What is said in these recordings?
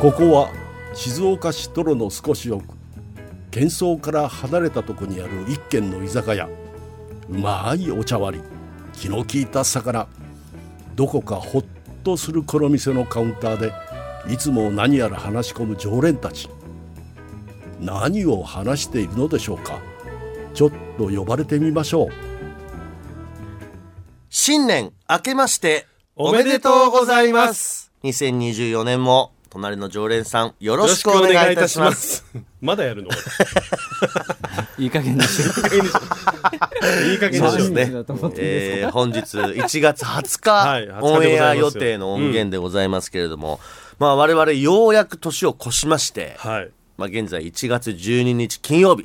ここは静岡市泥の少し奥喧騒から離れたとこにある一軒の居酒屋うまいお茶割り気の利いた魚どこかほっとするこの店のカウンターでいつも何やら話し込む常連たち何を話しているのでしょうかちょっと呼ばれてみましょう新年明けましておめでとうございます。 2024年も隣の常連さんよろしくお願いいたしますす。まだやるのいい加減にしていい加減そにうですしろね何だと思っ。てんですえー本日1月20 はい日、 20オンエアで予ございますよ定の音源でございますけれども、まあ我々ようやく年を越しまして、はい。まあ現在1月12日金曜 日。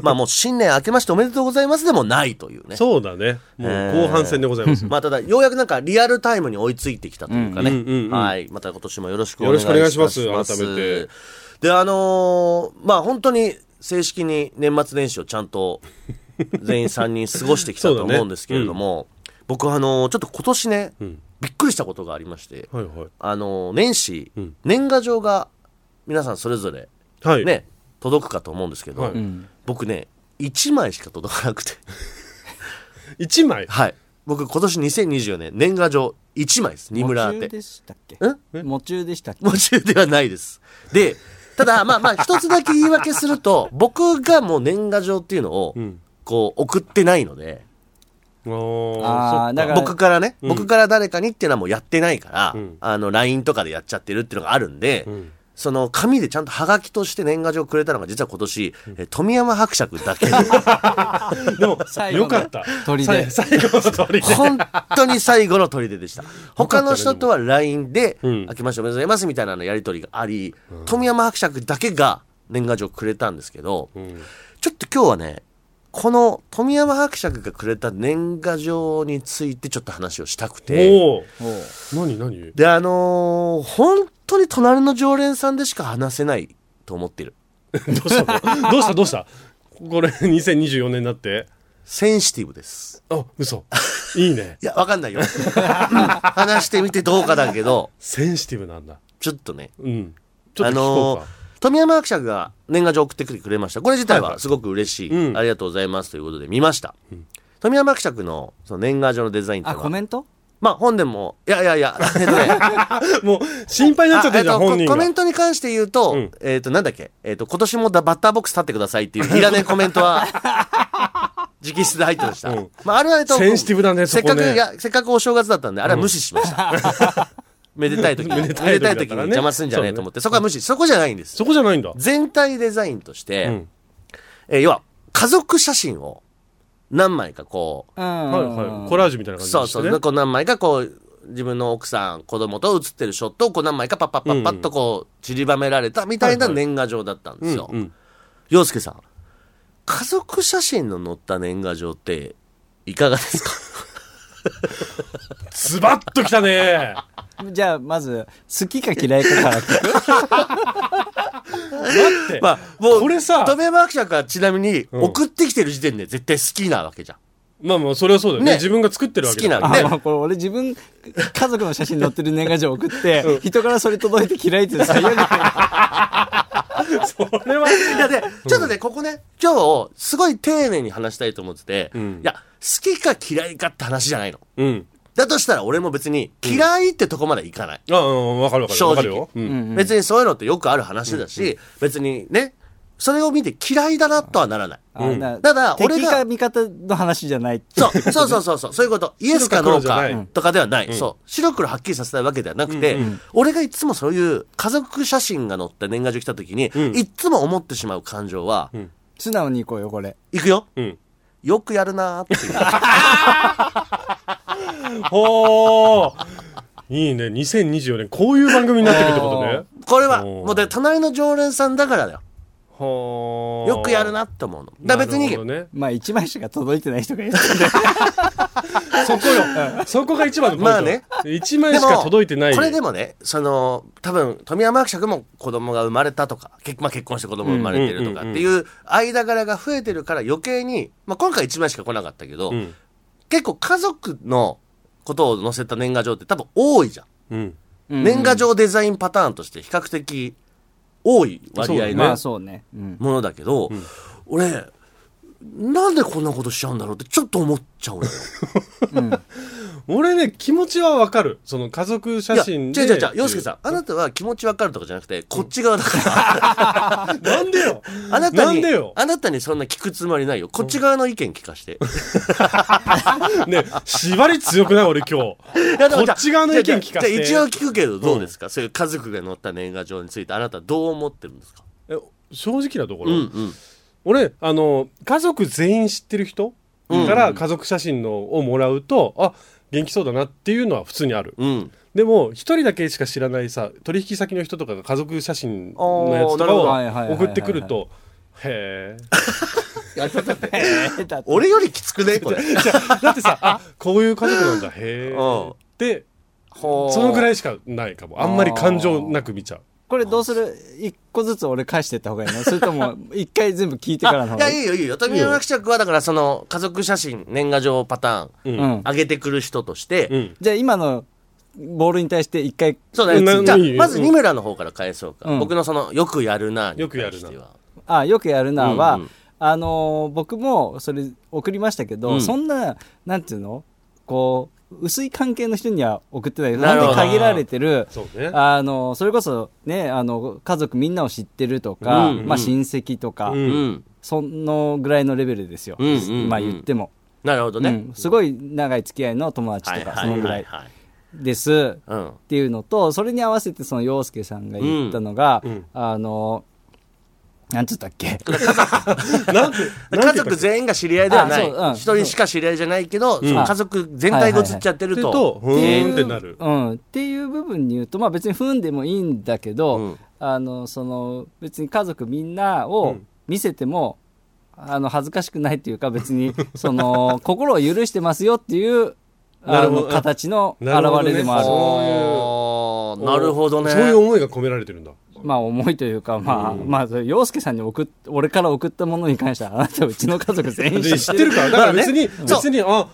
まあもう新年明けましておめでとうございますでもないというね。そうだね。もう後半戦でございますよ。まあただ、ようやくなんかリアルタイムに追いついてきたというかね。うんうんうんうんはい。また今年もよろしくおよ願いろいしたくしお願いましす。ます改めて。で、あのーまあ本当に正式に年末年始をちゃんと全員3人過ごしてきたそうとだね思うんですけれど も、僕はあのーちょっと今年ね、びっくりしたことがありまして、はいはい。あのー年始、ん年賀状が皆さんそれぞれはい。ね、届くかと思うんですけど、はいうん僕ね、1枚しか届かなくて。 1枚。はい。僕、今年2024年、年賀状1枚です。二村喪宛中て。でしたっけん喪中でしたっけ夢中ではないです。で、ただ、まあまあ、一つだけ言い訳すると、僕がもう年賀状っていうのを、んこう、送ってないので、あーあーだから僕からね、僕から誰かにっていうのはもうやってないから、んあの、LINE とかでやっちゃってるっていうのがあるんで、んその紙でちゃんとハガキとして年賀状くれたのが実は今年、え富山伯爵だけででも最、後のよかった。鳥でさ最後の鳥で。本当に最後の砦で した。他の人とは LINE で、うん明けましておめでとうございますみたいなのやりとりがあり、富山伯爵だけが年賀状くれたんですけど、うんちょっと今日はね、この富山伯爵がくれた年賀状についてちょっと話をしたくて、 おお。おう何 何で、あのー本当に隣の常連さんでしか話せないと思ってる。どうしたのどうしたどうしたこれ、2024年になって。センシティブです。あ、 嘘。いいね。いや、わかんないよ。うん話してみてどうかだけど、センシティブなんだ。ちょっとね、うん。ちょっと聞こうか。富山伯爵が年賀状を送ってくれました。これ自体はいははいすごく嬉しい。うんありがとうございますということで見ました。富山伯爵のその年賀状のデザインっていあうのコは、メントまあ本でも、いやいやい や、えっとね、もう、心配になっちゃってるじゃあえっん、と本人ココメンが。トに関して言うと、んえっ、と、なんだっけ、えっ、と、今年もだバッターボックス立ってくださいっていう、いらねえコ メントは、直筆で入ってました。うんまあ、あれはえっと、センシティブだねせっそかこく、ねいや、せっかくお正月だったんで、あれは無視しました。 めでたい時に、めででたたいい時だからね時に邪魔すんじゃねえと思って、そこは無視、そこじゃないんです。そこじゃないんだ。全体デザインとして、うんえー要は、家族写真を何枚かこう、うんはいはい。コラージュみたいな感じそでうしそてう、ね。こう何枚かこう、自分の奥さん、子供と写ってるショットをこう何枚かパッパッパッパッとこう散りばめられたみたいなはいはい年賀状だったんですようんう。ん洋介さん、家族写真の載った年賀状っていかがですかズバッときた ね。じゃあまず好きか嫌いかから 聞くっ てまあ、もう、これさ富山伯爵はちなみにん送ってきてる時点で絶対好きなわけじゃん。まあまあ、それはそうだよね。ね自分が作ってるわけだから好きなあのねまあこれ俺自分家族の写真載ってる年賀状送って人からそれ届いて嫌いって最悪 だよそれは、いやで、ちょっとね、ここね、今日、すごい丁寧に話したいと思ってて、んいや、好きか嫌いかって話じゃないの。うん。だとしたら俺も別に嫌いってとこまでいかない。ああ、うんわかるわかる。正直わかるよ。うん別にそういうのってよくある話だし、別にね、それを見て嫌いだなとはならない。あうんなただ俺敵がか味方の話じゃないそう、そうそうそうそう、そういうこと。イエスかノー白か黒じゃかないとかではない。そう。白黒はっきりさせたいわけではなくて、俺がいつもそういう家族写真が載った年賀状来た時に、んいつも思ってしまう感情は、素直にいこうよこれいくよ。うん。よくやるなーっていう。ほー。いいね。2024年、こういう番組になってくってことね。これは、おーもうで、隣の常連さんだからだよ。ほー。よくやるなって思うの。だから別なにるほ、どねまあ一枚しか届いてない人がいるんでそこよ。そこが一番のポイント。まあね一枚しか届いてない。これでもねその多分富山伯爵も子供が生まれたとか結,、まあ、結婚して子供生まれてるとかっていう間柄が増えてるから余計に、まあ、今回1枚しか来なかったけど、うん。結構家族のことを載せた年賀状って多分多いじゃん。うん。年賀状デザインパターンとして比較的多い割合そうだねまのあそうね。うん。ものだけど、俺なんでこんなことしちゃうんだろうってちょっと思っちゃうのよ。俺ね気持ちはわかるその家族写真いでや違う違う違う洋介さんあなたは気持ちわかるとかじゃなくてこっち側だからんなんでよあなたなんにでよあなたにそんな聞くつもりないよこっち側の意見聞かしてね縛り強くない俺今日いやでもじゃあこっち側の意見聞かせてじゃあじゃあ一応聞くけどどうですか、そういう家族が乗った年賀状についてあなたどう思ってるんですかえ正直なとこうろ、んうん俺あの家族全員知ってる人から家族写真のをもらうと、あ元気そうだなっていうのは普通にある、うんでも一人だけしか知らないさ取引先の人とかが家族写真のやあつとーなるほかどを送ってくるとへえ えだって俺よりきつくねこれだってさあこういう家族なんだへえうんでそ そのぐらいいしかないかもあんまり感情なく見ちゃうこれどうする一個ずつ俺返していった方がいいのそれ とも一回全部聞いてからの方いがやいいいいよいいよ富山伯爵はだからその家族写真年賀状パターンいうん。上げてくる人として、うんじゃあ今のボールに対して一回、そうだねなじゃあいいよまず二村の方から返そうか、うん僕のそのよくやるなによくやる対なしてはあ、よくやるなは、うんうんあのー僕もそれ送りましたけど、うんそんな、なんていうのこう、薄い関係の人には送ってない。ななるんほどで限られてる、そうねあの、それこそね、あの、家族みんなを知ってるとか、うんうんまあ親戚とか、うんうんそのぐらいのレベルですよ。うんうんうんまあ言っても、なるほどね、うんすごい長い付き合いの友達とか、そのぐらいはいです。うんっていうのと、それに合わせてその洋介さんが言ったのが、うんうんあの、なんつったっけなんて家族全員が知り合いではないあそううん一人しか知り合いじゃないけど、んその家族全体が映っちゃってるると,、とふーんってなるうん、っていう部分に言うと、まあ別に踏んでもいいんだけど、うんあの、その、別に家族みんなうをん見せても、あの、恥ずかしくないっていうか、別に、その、 心を許してますよっていう、なあるほどの、形の現なるほどねれでもある。あーなるほどねそういう思いが込められてるんだまあ思いというか、まあ、まあ、それ洋介さんに送っ、俺から送ったものに関しては、あなたうちの家族全員で知知っっててるるからだから別に、そう別にあ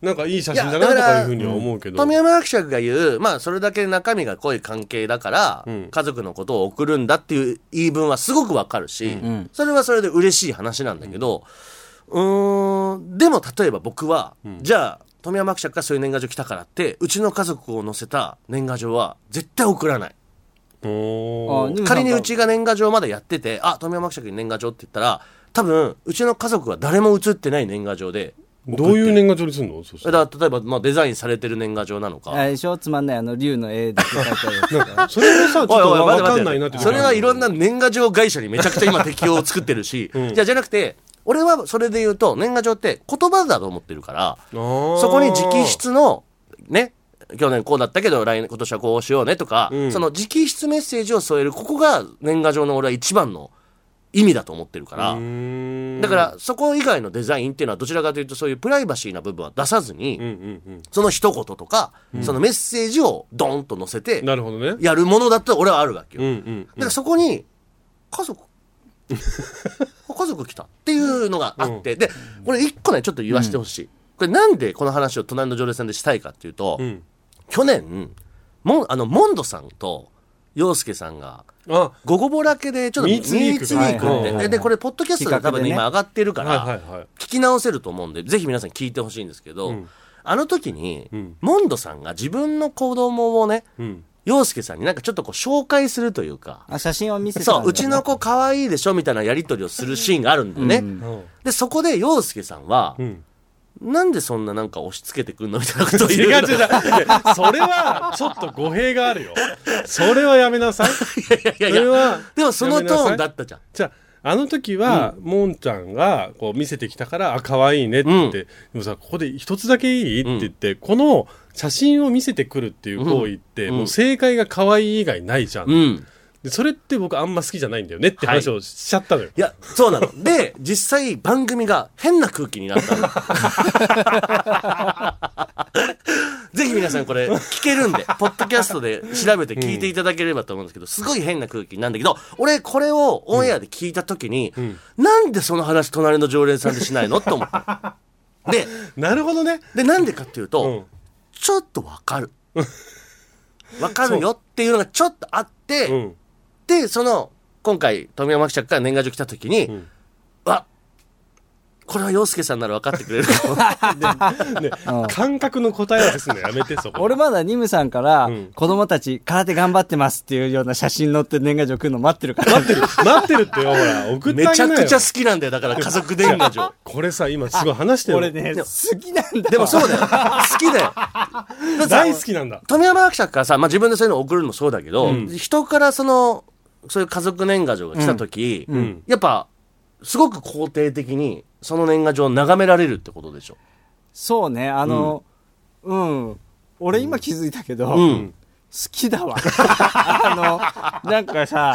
なんかいい写真だいやだなとからかいうふうには思うけど、富山伯爵が言う、まあ、それだけ中身が濃い関係だから、うん家族のことを送るんだっていう言い分はすごくわかるし、んそれはそれで嬉しい話なんだけど、うーん、でも例えば僕は、じゃあ、富山伯爵がそういう年賀状来たからって、うちの家族を乗せた年賀状は絶対送らない。おーあでも仮にうちが年賀状まだやってて、あ、富山伯爵に年賀状って言ったら、多分、うちの家族は誰も写ってない年賀状で、どういう年賀状にするのそしただらから例えば、まあ、デザインされてる年賀状なのか。あれでしょつまんない、あの、竜の絵だけ描いてあるやつとか。それもさちょっとおいおいわ待てか待てんないなってそれはいろんなな年賀状会社にめちゃくちゃ今適用を作ってるし、じゃあじゃなくて俺はそれで言うと年賀状って言葉だと思ってるからそそこに直筆のね去年こうだったけど来年今年はこうしようねとか、うんその直筆メッセージを添えるここが年賀状の俺は一番の意味だと思ってるから、だからそこ以外のデザインっていうのはどちらかというとそういうプライバシーな部分は出さずに、うんうんその一言とか、そのメッセージをドーンと載せうてんなるほどねやるものだって俺はあるわけようん。うんだからそこに、家族 家族来たっていうのがあって、で、これ一個ね、ちょっと言わしてほしい。これなんでこの話を隣の常連さんでしたいかっていうと、うん去年、もんあの、モンドさんと、洋介さんが、あゴゴボラケで、ちょっとミーツウィークミツウィークはっいはいてはいで、で、これ、ポッドキャストで多分ね、企画でね今上がってるかはいはら、いはい聞き直せると思うんで、ぜひ皆さん聞いてほしいんですけど、うんあの時にうん、モンドさんが自分の子供をね、うん洋介さんになんかちょっとこう紹介するというか、あ、写真を見せてたんそだよう、うちの子可愛いでしょみたいなやり取りをするシーンがあるんだよね。うんで、そこで洋介さんは、うんなんでそんななんか押し付けてくんのみたいなことを違う言う。違う違ういやそれはちょっと語弊があるよそれはやめなさ いいやいやそれはでもそのトーンだったじゃん。じゃああの時は、もんちゃんがこう見せてきたから「あ可愛いね」って言って、でもさここで一つだけいいって言って、この写真を見せてくるっていう行為って、うんもう正解が可愛い以外ないじゃん、うん。でそれって僕あんま好きじゃないんだよねって話をしちゃったのよ、いや、そうなの。で、実際番組が変な空気になったの。 ぜひ皆さんこれ聞けるんで、ポッドキャストで調べて聞いていただければと思うんですけど、すごい変な空気なんだけど、俺これをオンエアで聞いた時に、なんでその話隣の常連さんでしないのって思ったの。で、なるほどねでなんでかっていうと、 うんちょっとわかるわかるよっていうのがちょっとあって、うんでその今回富山記者から年賀状来た時に、んわこれは洋介さんなら分かってくれる かもねうん感覚の答え合わせするのやめてそこ 俺まだニムさんからん、子供たち空手頑張ってますっていうような写真載って年賀状来るの待ってるから。待ってる待ってるってよほら送ってめあげちなゃよくちゃ好きなんだよだから家族年賀 状これさ今すごい話してる俺ね、好きなんだわ。でもそうだよ好きだよだってさ大好きなんだ富山学者からさ、まあ、自分でそういうの送るのもそうだけど、うん人からそのそういう家族年賀状が来た時、んやっぱすごく肯定的にその年賀状を眺められるってことでしょそうね、あの、うん。俺今気づいたけど、ん好き だわ。あの、なんかさ、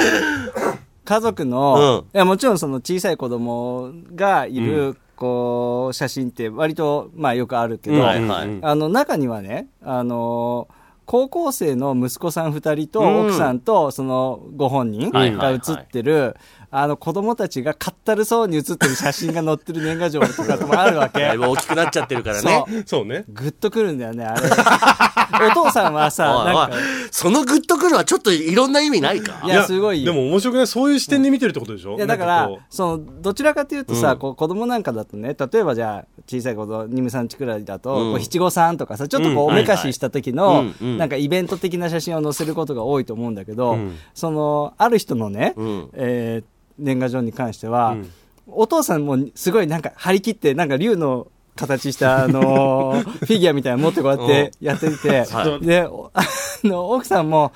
家族の、うんいやもちろんその小さい子供がいる、こう、写真って割と、まあよくあるけど、うんはいはいうんあの、中にはね、あの高校生の息子さん2人とうん奥さんとそのご本人はいはがいはい写ってる、あの子供たちがかったるそうに写ってる写真が載ってる年賀状とかもあるわ け。だいぶ大きくなっちゃってるからそねうそうねグッとくるんだよね、あ れ。お父さんはさ、おいおなんいか、そのグッとくるはちょっといろんな意味ないかいやすごいよでも面白くないそういう視点で見てるってことでしょいやだかなんらこうそのどちらかというとさ、うんこう子供なんかだとね例えばじゃあ小さい子供ニムさんちくらいだと、うんこう七五三とかさちょっとうんこうおめかしした時の、はいはいうんうんなんかイベント的な写真を載せることが多いと思うんだけど、うんそのある人のね、うんえー年賀状に関しては、うんお父さんもすごいなんか張り切ってなんか竜の形した、あのーフィギュアみたいなの持ってこうやってやっていて、はいで、お あの、奥さんも、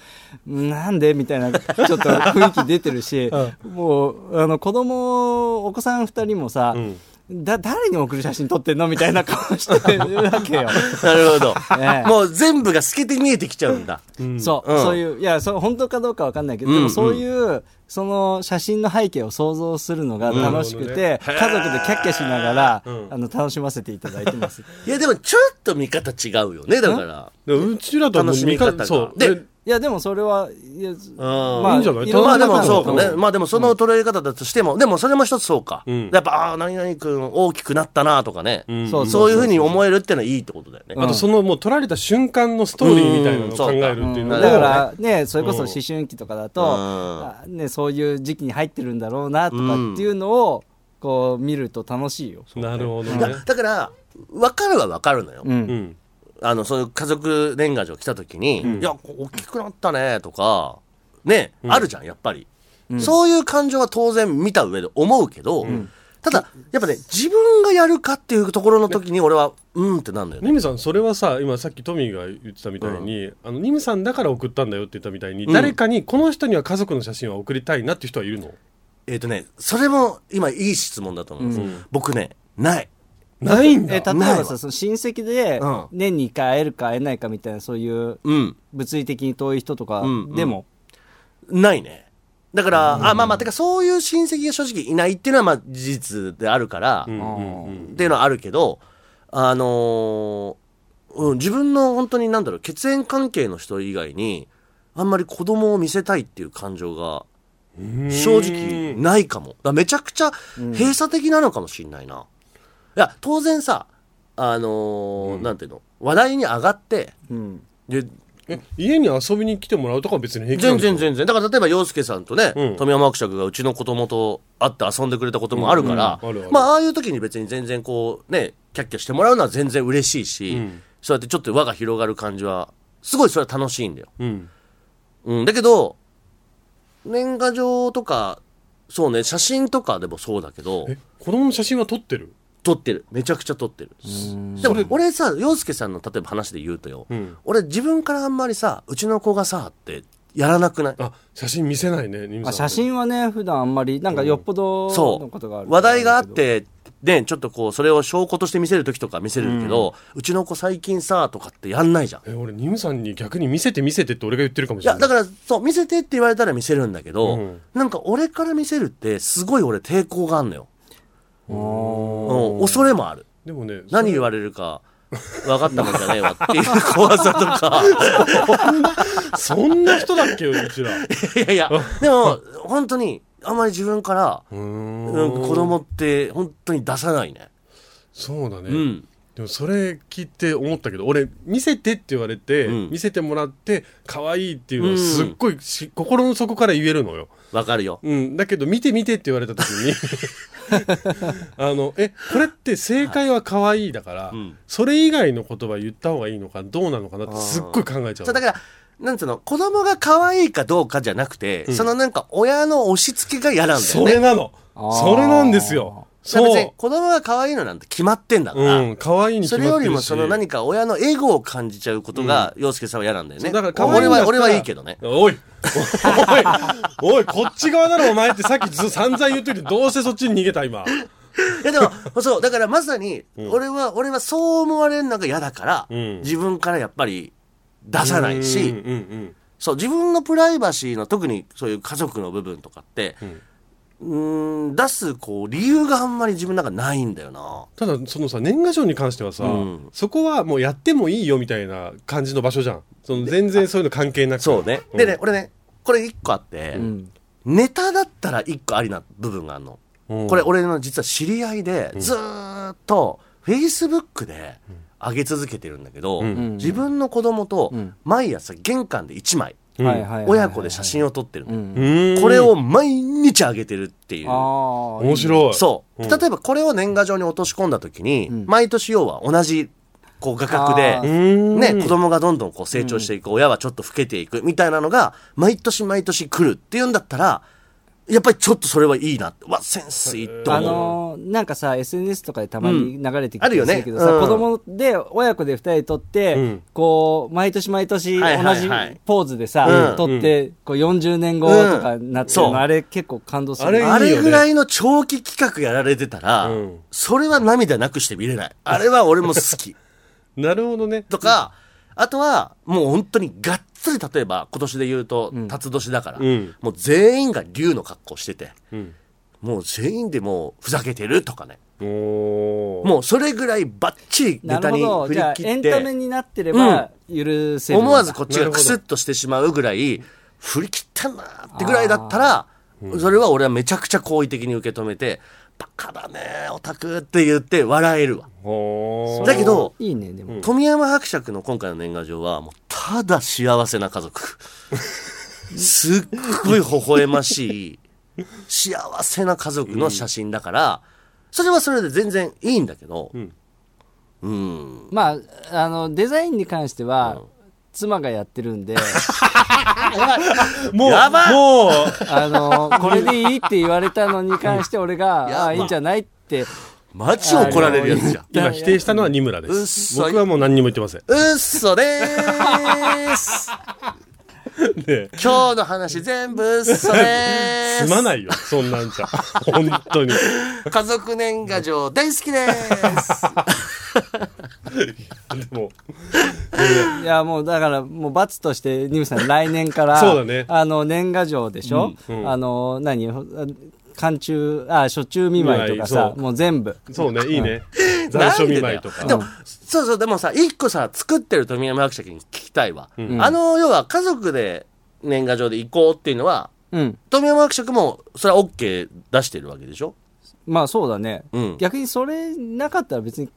なんでみたいな、ちょっと雰囲気出てるし、もう、あの、子供、お子さん二人もさ、うんだ、誰に送る写真撮ってんのみたいな顔してるわけよ。なるほ ど、ええもう全部が透けて見えてきちゃうんだそう、うんそういう、いや、そう、本当かどうかわかんないけど、うんでもそういう、その写真の背景を想像するのが楽しくて、家族でキャッキャしながら、あの、楽しませていただいてます。いやでもちょっと見方違うよねだからでうちらとはもう楽しみ見方方がそうででいや、でもそれは、いや、うんまあ、いいんじゃないろんまあなでも方そうのかね。まあでもその捉え方だとしても、でもそれも一つそうか。うんやっぱ、ああ、何々君大きくなったなとかね、んそうそういうふうに思えるってのはいいってことだよね。うんあとそのもう撮られた瞬間のストーリーみたいなのを考えるっていううんのだをからね、それこそ思春期とかだと、うんあね、そういう時期に入ってるんだろうなとかっていうのを、こう見ると楽しいよ。なるほどだねだから、分かるは分かるのよ。うんうんあの、そういう家族年賀状来た時に、んいや、大きくなったねとか、ね、あるじゃん、やっぱり、そういう感情は当然見た上で思うけど、ただ、やっぱね、自分がやるかっていうところの時に俺は、うんってなんだよね。ニムさんそれはさ今さっきトミーが言ってたみたいに、あのニムさんだから送ったんだよって言ったみたいに、うん誰かにこの人には家族の写真は送りたいなっていう人はいるのえっ、とね、それも今いい質問だと思うんです、うん僕ね、ない。ないんえ例えだないばわさその親戚でうん年に1回会えるか会えないかみたいなそういううん。物理的に遠い人とかうんうんでも、ないね。だから、あ、まあまあ、てかそういう親戚が正直いないっていうのはまあ事実であるから、うんうんうあんっていうのはあるけど、あのーうん、自分の本当になんだろう、血縁関係の人以外に、あんまり子供を見せたいっていう感情が正直ないかも。だからめちゃくちゃ閉鎖的なのかもしれないな。いや、当然さ、あのーなんていうの、話題に上がって、うんで、え家に遊びに来てもらうとかは別に平気全なんです然全然だから例えば洋介さんとね、うん富山伯爵がうちの子供と会って遊んでくれたこともあるから、うんうんあるあるまあああいう時に別に全然こうねキャッキャしてもらうのは全然嬉しいし、うんそうやってちょっと輪が広がる感じはすごいそれは楽しいんだよ、うんうん、だけど年賀状とかそうね写真とかでもそうだけどえ子供の写真は撮ってる撮ってるめちゃくちゃ撮ってるでも俺さ洋介さんの例えば話で言うとよ、うん俺自分からあんまりさうちの子がさってやらなくないあ写真見せないねニムまさあ、ん写真はね普段あんまりなんかよっぽどそのことがあるう。話題があって、ね、ちょっとこう、それを証拠として見せるときとか見せるけど、うちの子最近さ、とかってやんないじゃん。いえ俺ニムさんに逆に見せて見せてって俺が言ってるかもしれや、ないだから、そう、見せてって言われたら見せるんだけど、うんなんか俺から見せるって、すごい俺抵抗があんのよ。うん、恐れもある。でもね何言われるか、分かったもんじゃねえわっていう怖さとか。 そそんな人だっけう ちらいやいや、でも、本当に、あまり自分から、うーんなんか子供って本当に出さないね。そうだね、うん。でもそれ聞いて思ったけど俺見せてって言われて、うん見せてもらって可愛いっていうのはすっごいし、心の底から言えるのよ、わかるよ。うん、だけど見て見てって言われた 時にあのえこれって正解は可愛いだから、うんそれ以外の言葉言った方がいいのかどうなのかなってすっごい考えちゃうそうだから、なんつうの、子供が可愛いかどうかじゃなくて、そのなんか親の押し付けが嫌なんだよそね。れなのあーそれなんですよだから別にそ子供が可愛いのなんて決まってんだかう、ら、うん、可愛いにそ決れまよってるしりもその何か親のエゴを感じちゃうことが、洋介さんは嫌なんだよね。だから可愛俺いんだったらは、俺はいいけどね。おいおいおいこっち側だろお前ってさっきず散々言っといてどうしてそっちに逃げた今いや でも、そう、だからまさに、俺は、俺はそう思われるのが嫌だから、うん自分からやっぱり出さないし、うんうんそう、自分のプライバシーの、特にそういう家族の部分とかって、うーん、出す、こう、理由があんまり自分の中にないんだよな。ただそのさ年賀状に関してはさ、うんそこはもうやってもいいよみたいな感じの場所じゃんその全然そういうの関係なくそうね。んでね、俺ね、これ一個あって、うんネタだったら一個ありな部分があるの。うんこれ俺の実は知り合いで、ずーっと、フェイスブックで上げ続けてるんだけど、うん自分の子供とうん毎朝玄関で1枚、うんはいはいはいはい親子で写真を撮ってるの、うんうんこれを毎日上げてるっていうあ。あ面白いそう。うん例えばこれを年賀状に落とし込んだ時に、ん毎年要は同じこう画角であ、うーんね、子供がどんどんこう成長していく、親はちょっと老けていくみたいなのが、毎年毎年来るっていうんだったら、やっぱりちょっとそれはいいなって。わ、センスいいとあ思う。のーなんかさ SNS とかでたまに流れてきうんあてるよねけどさ、うん子供で親子で二人撮って、うんこう毎年毎年はいはい同じはいポーズでさ、うん撮って、こう40年後とかなってるの、うんそうあれ結構感動するあれいいよあねれぐらいの長期企画やられてたら、うんそれは涙なくして見れない。あれは俺も好き。なるほどねとか、あとは、もう本当にがっつり、例えば、今年で言うとん、辰年だから、うんもう全員が竜の格好してて、うんもう全員でもうふざけてるとかね。おーもうそれぐらいバッチリネなタるにほど振りじゃあエ切っンタメて、になってれば許せる、思わずこっちながるほクどスッとしてしまうぐらい、振り切ったなーってぐらいだったら、それは俺はめちゃくちゃ好意的に受け止めて、バカだねー、オタクって言って笑えるわ。おーだけど、いいねでも、富山伯爵の今回の年賀状はもうただ幸せな家 族すっごい微笑ましい幸せな家族の写真だから、それはそれで全然いいんだけどうんん、まああのデザインに関しては、妻がやってるんでもうやばいもうあのこれでいいって言われたのに関して 俺が、ああいいんじゃないってマジ怒られるやつじゃん今否定したのは二村でうっすそい僕はもう何にも言ってませんうっそでー すね今日の話全部うっそでーすすまないよそんなんじ ゃ本当に家族年賀状大好きでーすでもいやもうだからもう罰としてニムさん来年からそうだねあの年賀状でしょ、あの何寒中あ初中見舞いとか見舞さいそうもう全部そうねいいね残暑見舞いとなかんでだよでも、そうそう、でもさ、一個さ、作ってる富山伯爵に聞きたいわ。んあの、要は家族で年賀状で行こうっていうのは、うん富山伯爵も、それは OK 出してるわけでしょまあそうだね、うん逆にそれなかったら別に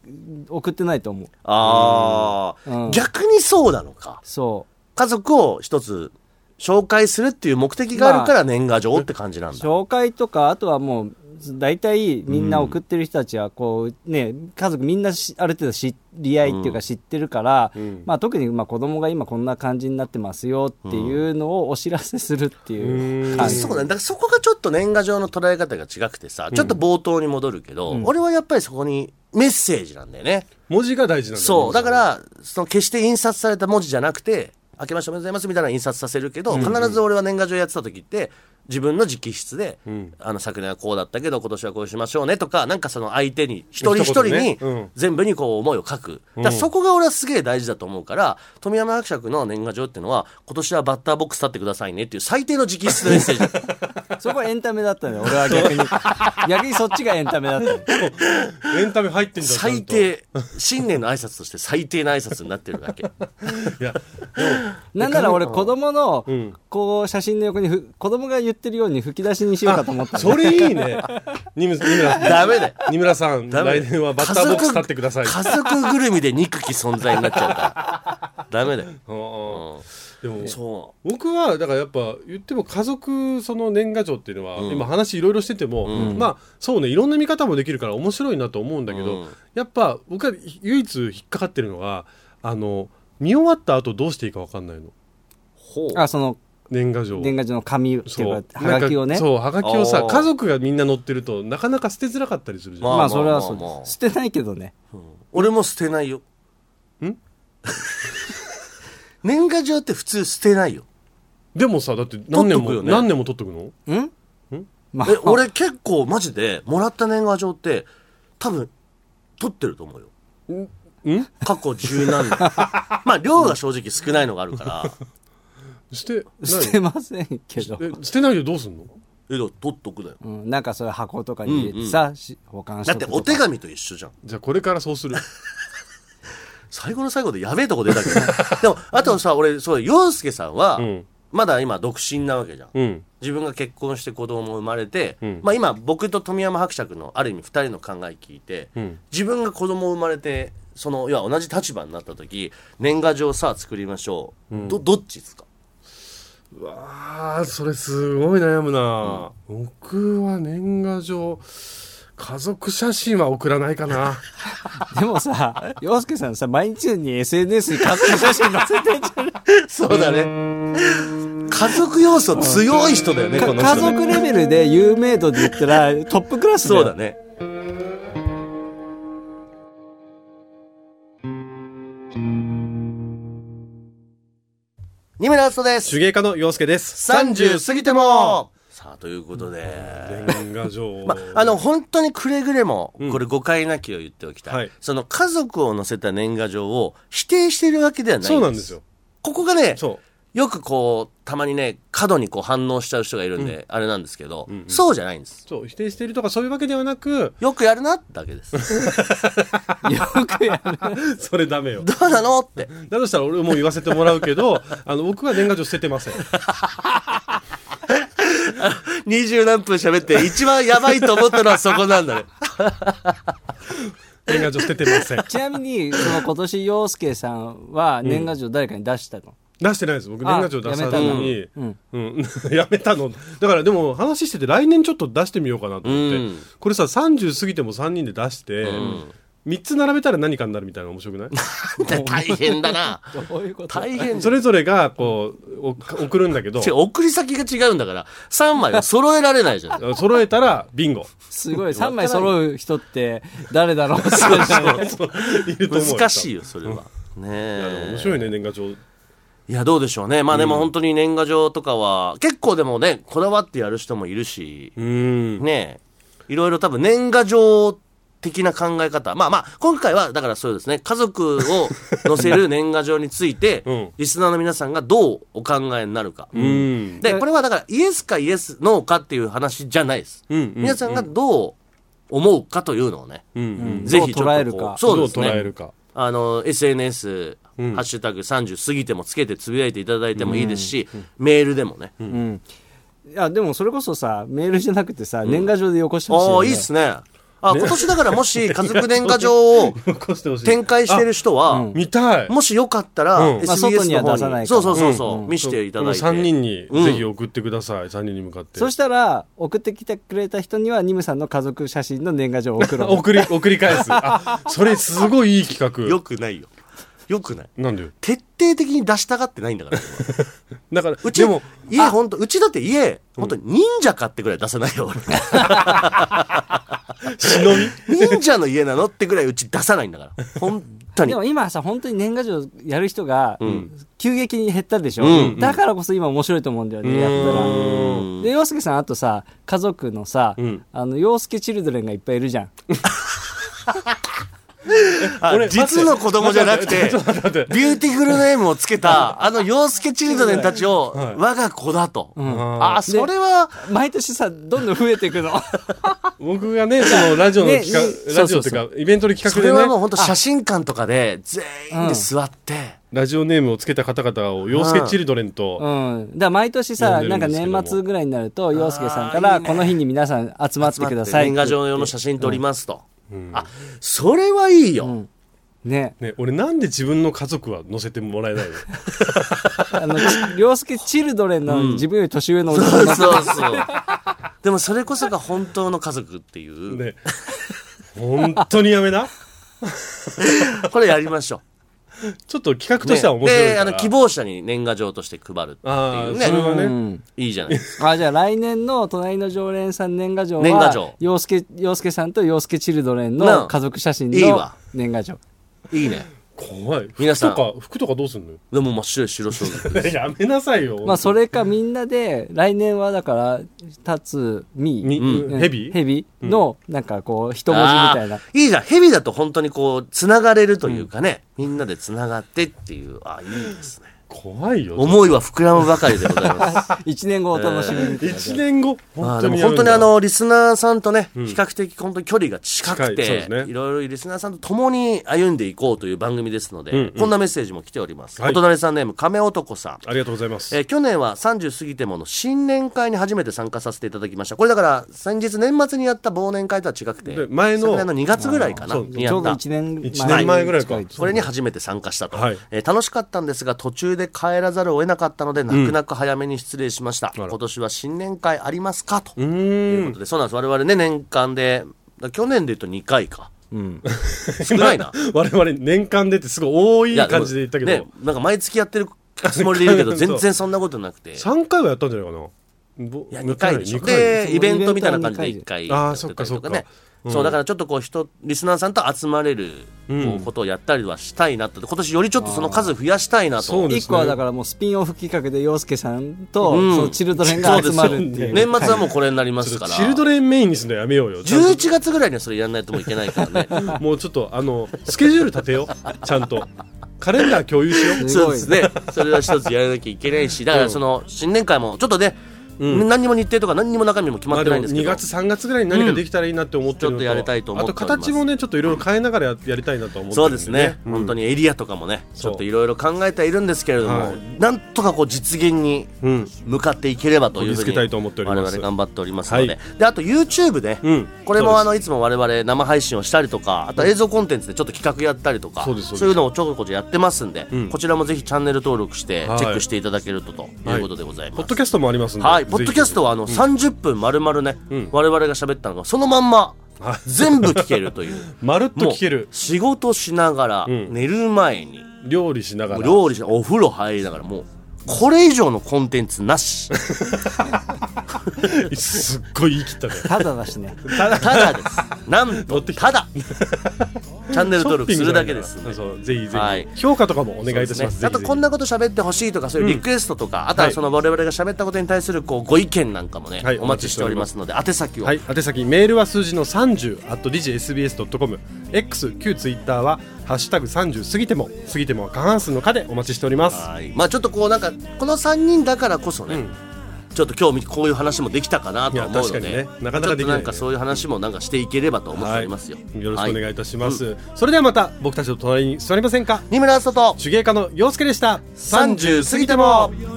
送ってないと思うああ、うん逆にそうなのか。そ家族を一つ紹介するっていう目的があるから年賀状って感じなうんだ。紹介とかあとはもう大体みんな送ってる人たちはこうね家族みんなしある程度知り合いっていうか知ってるから、んまあ、特にまあ子供が今こんな感じになってますよっていうのをお知らせするっていう感じ、そうね。だからそこがちょっと年賀状の捉え方が違くてさ、ちょっと冒頭に戻るけど、俺はやっぱりそこにメッセージなんだよね。文字が大事なんだよねそう。だから、その決して印刷された文字じゃなくて、明けましておめでとうございますみたいな印刷させるけど、必ず俺は年賀状やってた時って、自分の直筆で、あの、昨年はこうだったけど、今年はこうしましょうねとか、なんかその相手に、一人一人一に言ねうん、全部にこう思いを書く。だからそこが俺はすげえ大事だと思うから、富山伯爵の年賀状っていうのは、今年はバッターボックス立ってくださいねっていう最低の直筆のメッセージ。 そこエンタメだったね俺は逆に逆にそっちがエンタメだったねエンタメ入ってんだ最低、新年の挨拶として最低な挨拶になってるだけ。いやなんなら俺子供のこう写真の横にふ子供が言っってるように吹き出しにしようかと思ったんでそれいいね。にむ二村さ ん。ダメだよ二村さん、ダメ来年はバッターボックス立ってください。家族ぐるみで憎き存在になっちゃう から。ダメだよ。うんでもそ僕はだからやっぱ言っても家族その年賀状っていうのは、今話いろいろしてても、まあそうねいろんな見方もできるから面白いなと思うんだけど、うんやっぱ僕は唯一引っかかってるのがあの見終わった後どうしていいか分かんないのう。ほう。あその年年賀状賀状の紙っていうかはがきをなんかねそうはがきをさあー家族がみんな乗ってるとなかなか捨てづらかったりするじゃん、まあまあそれはそうまあまあまあです捨てないけどね俺も捨てないよ。ん 年賀状って普通捨てないよ。でもさだって何年取っとくよも、ね何年も取っとくのうんまあえ、 俺結構マジで、もらった年賀状って、多分、取ってると思うよ。ん過去十何 年。まあ、量が正直少ないのがあるから、捨てない捨てませんけど、え捨てないでどうすんのえ、だから取っとくだよ。うん、なんかそういう箱とかに入れてさ、し保管しだってとくとかお手紙と一緒じゃん。じゃあこれからそうする最後の最後でやべえとこ出たけど。でも、あとさ、俺、そう、洋介さんは、んまだ今独身なわけじゃん。うん自分が結婚して子供も生まれて、うんまあ今僕と富山伯爵のある意味2人の考え聞いて、うん自分が子供生まれてその要は同じ立場になった時年賀状さあ作りましょう、どどっちですかうわあそれすごい悩むな、僕は年賀状家族写真は送らないかなでもさ洋介さんさ毎日のように SNS に家族写真載せてんじゃんそうだね 家族要素強い人だよねこの人家族レベルで有名度で言ったらトップクラスだそようだね二村敦人です手芸家の洋介です30過ぎてもさあということで、年賀状 まあの本当にくれぐれもうんこれ誤解なきを言っておきたい、はいその家族を乗せた年賀状を否定しているわけではないそうなんですよここがねそよくこうたまにね過度にこう反応しちゃう人がいるんで、あれなんですけど、そうじゃないんですうそう否定しているとかそういうわけではなくよくやるなってだけです よくやるそれダメよどうなのってだとしたら俺もう言わせてもらうけどあの僕は年賀状捨てて ません二十何分喋って一番やばいと思ったのはそこなんだね年賀状捨ててませんちなみにその今年洋介さんは年賀状誰かに出したの、出してないです僕あ年賀状出さずにやめたんうん やめたのだからでも話してて来年ちょっと出してみようかなと思って、うんこれさ30過ぎても3人で出して、3つ並べたら何かになるみたいなの面白 くない 大変だなどういうこと大変それぞれがこうお送るん だけど違う送り先が違うんだから3枚は揃えられない じゃん揃えたらビンゴすごい3枚揃う人って誰だろういると思うよ難しいよそれはねいやでもえ面白いね年賀状いやどうでしょうねまあでも本当に年賀状とかは結構でもねこだわってやる人もいるしうんねえいろいろ多分年賀状的な考え方まあまあ今回はだからそうですね家族を載せる年賀状について、うんリスナーの皆さんがどうお考えになるか、うんでこれはだからイエスかイエスノーかっていう話じゃないです、うんうん皆さんがどう思うかというのをね、うんぜひちょっとこどう捉えるかそうどうです捉ねえるかあの、SNS、ハッシュタグ30過ぎてもつけてつぶやいていただいてもいいですし、メールでもね。いやでもそれこそさメールじゃなくてさ年賀状でよこしてほしいあよあ、ねいいっすね。あ、今年だからもし家族年賀状を残してほしい展開してる人は、見たいもしよかったら、うん SBS まあ外にはの出さ方ないに、かそうらそうそうそう、見していただいて。 3人にぜひ送ってください、三3人に向かってそしたら送ってきてくれた人にはニムさんの家族写真の年賀状を送ろう 送り送り返すあそれすごいいい企画よくないよ。よくない。なんでよ徹底的に出したがってないんだから。だからうち、でも家ほんと、うちだって家、本当に忍者かってぐらい出さないよ、俺。忍 び忍者の家なのってぐらいうち出さないんだから。本当にで。も今さ本当に年賀状やる人が急激に減ったでしょ、うんだからこそ今面白いと思うんだよね、やったらで洋介さんあとさ家族のさ、んあの洋介チルドレンがいっぱいいるじゃんあ俺実の子供じゃなく て待って待って待って待っ、ビューティフルネームをつけた、あの、洋介チルドレンたちを、我が子だと。あ、それは、毎年さどんどん増えていくの僕がねそのラジオの企画、ねねラジオっていうかイベントの企そ画れではねもう本当写真館とかで、全員で座って、ラジオネームをつけた方々を、洋介チルドレンと、うん、だから毎年さ呼んでなんるんかですけども年末ぐらいになると洋介さんかあーいらいねこの日に皆さん集まってくださいっ年て言賀って状用の写真撮りますと、あそれはいいよ、うんねね、俺なんで自分の家族は乗せてもらえないのあのち洋介チルドレンなのに自分より年上のおじさん そうそうそうでもそれこそが本当の家族って いう、ね本当にやめなこれやりましょうちょっと企画としては面白いねでかあら、の希望者に年賀状として配るってあいーうそれねはね、うんいいじゃないですかあじゃあ来年の隣の常連さん年賀状は年賀状洋介洋介さんと洋介チルドレンなあの家族写真いいのわ年賀状いいね怖い皆さん服とか服とかどうすんのよ でも真っ白い白装束やめなさいよまあそれかみんなで来年はだからタツミに、うんヘビヘビのなんかこう一文字みたいなあーいいじゃん蛇だと本当にこうつながれるというかね、みんなでつながってっていうあいいですね怖いよ思いは膨らむばかりでございます一年後お楽しみみたいな一年後まあ 本で当もにやめ本ん当だにあのリスナーさんとね、比較的本当に距離が近く近いそうてですねいろいろリスナーさんと共に歩んでいこうという番組ですので、うんうんこんなメッセージも来ております、はいお隣さんネーム亀男さんありがとうございます、えー去年は30過ぎてもの新年会に初めて参加させていただきましたこれだから先日年末にやった忘年会とは違くてで前昨の年の2月ぐらいかなそうにちやょうっどた一年前一年前ぐらいかこれに初めて参加したと、はいえー楽しかったんですが途中で帰らざるを得なかったので泣く泣く早めに失礼しました、ら今年は新年会ありますかといううーこんとでそうなんです我々ね年間でだ去年で言うと2回か、少ないな 我々年間でってすごい多い感じで言ったけねど、なんか毎月やってるつもりでいるけ ど全然そんなことなくて三3回はやったんじゃないかないいや、2回でしょ。そで、うイベントみたいな感じで1回ベントはや二っ回てたりとかあーそっねか。そう、だからちょっとこう人、リスナーさんと集まれる、こうことをやったりはしたいなと。今年よりちょっとその数増やしたいなそうと。で一すね個はだからもうスピンオフ企画で洋介さんとうんそのチルドレンが集まるっていう年末はもうこれになりますから。チルドレンメインにするのやめようよちゃんと11月ぐらいにはそれやんないともういけないから ね。もうちょっとあのスケジュール立てようちゃんとカレンダー共有しようそうですね。それは一つやらなきゃいけないし、だからその、新年会もちょっとね、何にも日程とか何にも中身も決ままってあでないもんですけ2ど。月3月ぐらいに何かできたらいいなって思ってるうんちょのと、っとやりたいと思っておりますあと形もねちょっといろいろ変えながらややりたいなとは思ってそるうんですね、うん本当にエリアとかもねちそうょっといろいろ考えてはいるんですけれども、はいなんとかこう実現にうん向かっていければというふうこぎつけにたいと思っており我ます々頑張っておりますので,、はであと YouTube で、うんこれそうでもすあのいつも我々生配信をしたりとかあと映像コンテンツでちょっと企画やったりとか、そうですそうですいうのをちょこちょやってますんで、うんこちらもぜひチャンネル登録してチはいェックしていただけるとということでございます。ポッドキャストもありますんではい、ポッドキャストはあの30分丸々ね、我々が喋ったのがそのまんま全部聞けるというまるっともう聞ける仕事しながら、ん寝る前に料理しながら料理しお風呂入りながらもうこれ以上のコンテンツな しすっごい言い切ったねただだしねただですなんとただチャンネル登録するだけですショんでッピングじゃないからそうぜひぜはいひ評価とかもお願いいたしそうまですねあとこんななこと喋ってほしいとかそういうリクエストとか、あとはその我々が喋ったことに対するこうご意見なんかもね、はいお待ちしておりますので宛先を、はい宛先メールは数字の30 at digsbs.com x 旧ツイッターはハッシュタグ30過ぎても過ぎてもは過半数の課でお待ちしておりますはいまあちょっとこうなんかこの3人だからこそね、ちょっと今日こういう話もできたかなとは思うので、いや確かにねなかなちょかできないねっとなんかそういう話もなんかしていければと思っておりますよ。よろしくお願いいたします、はそれではまた僕たちの隣に座りませんか二村あさと手芸家の洋介でした30過ぎても「夜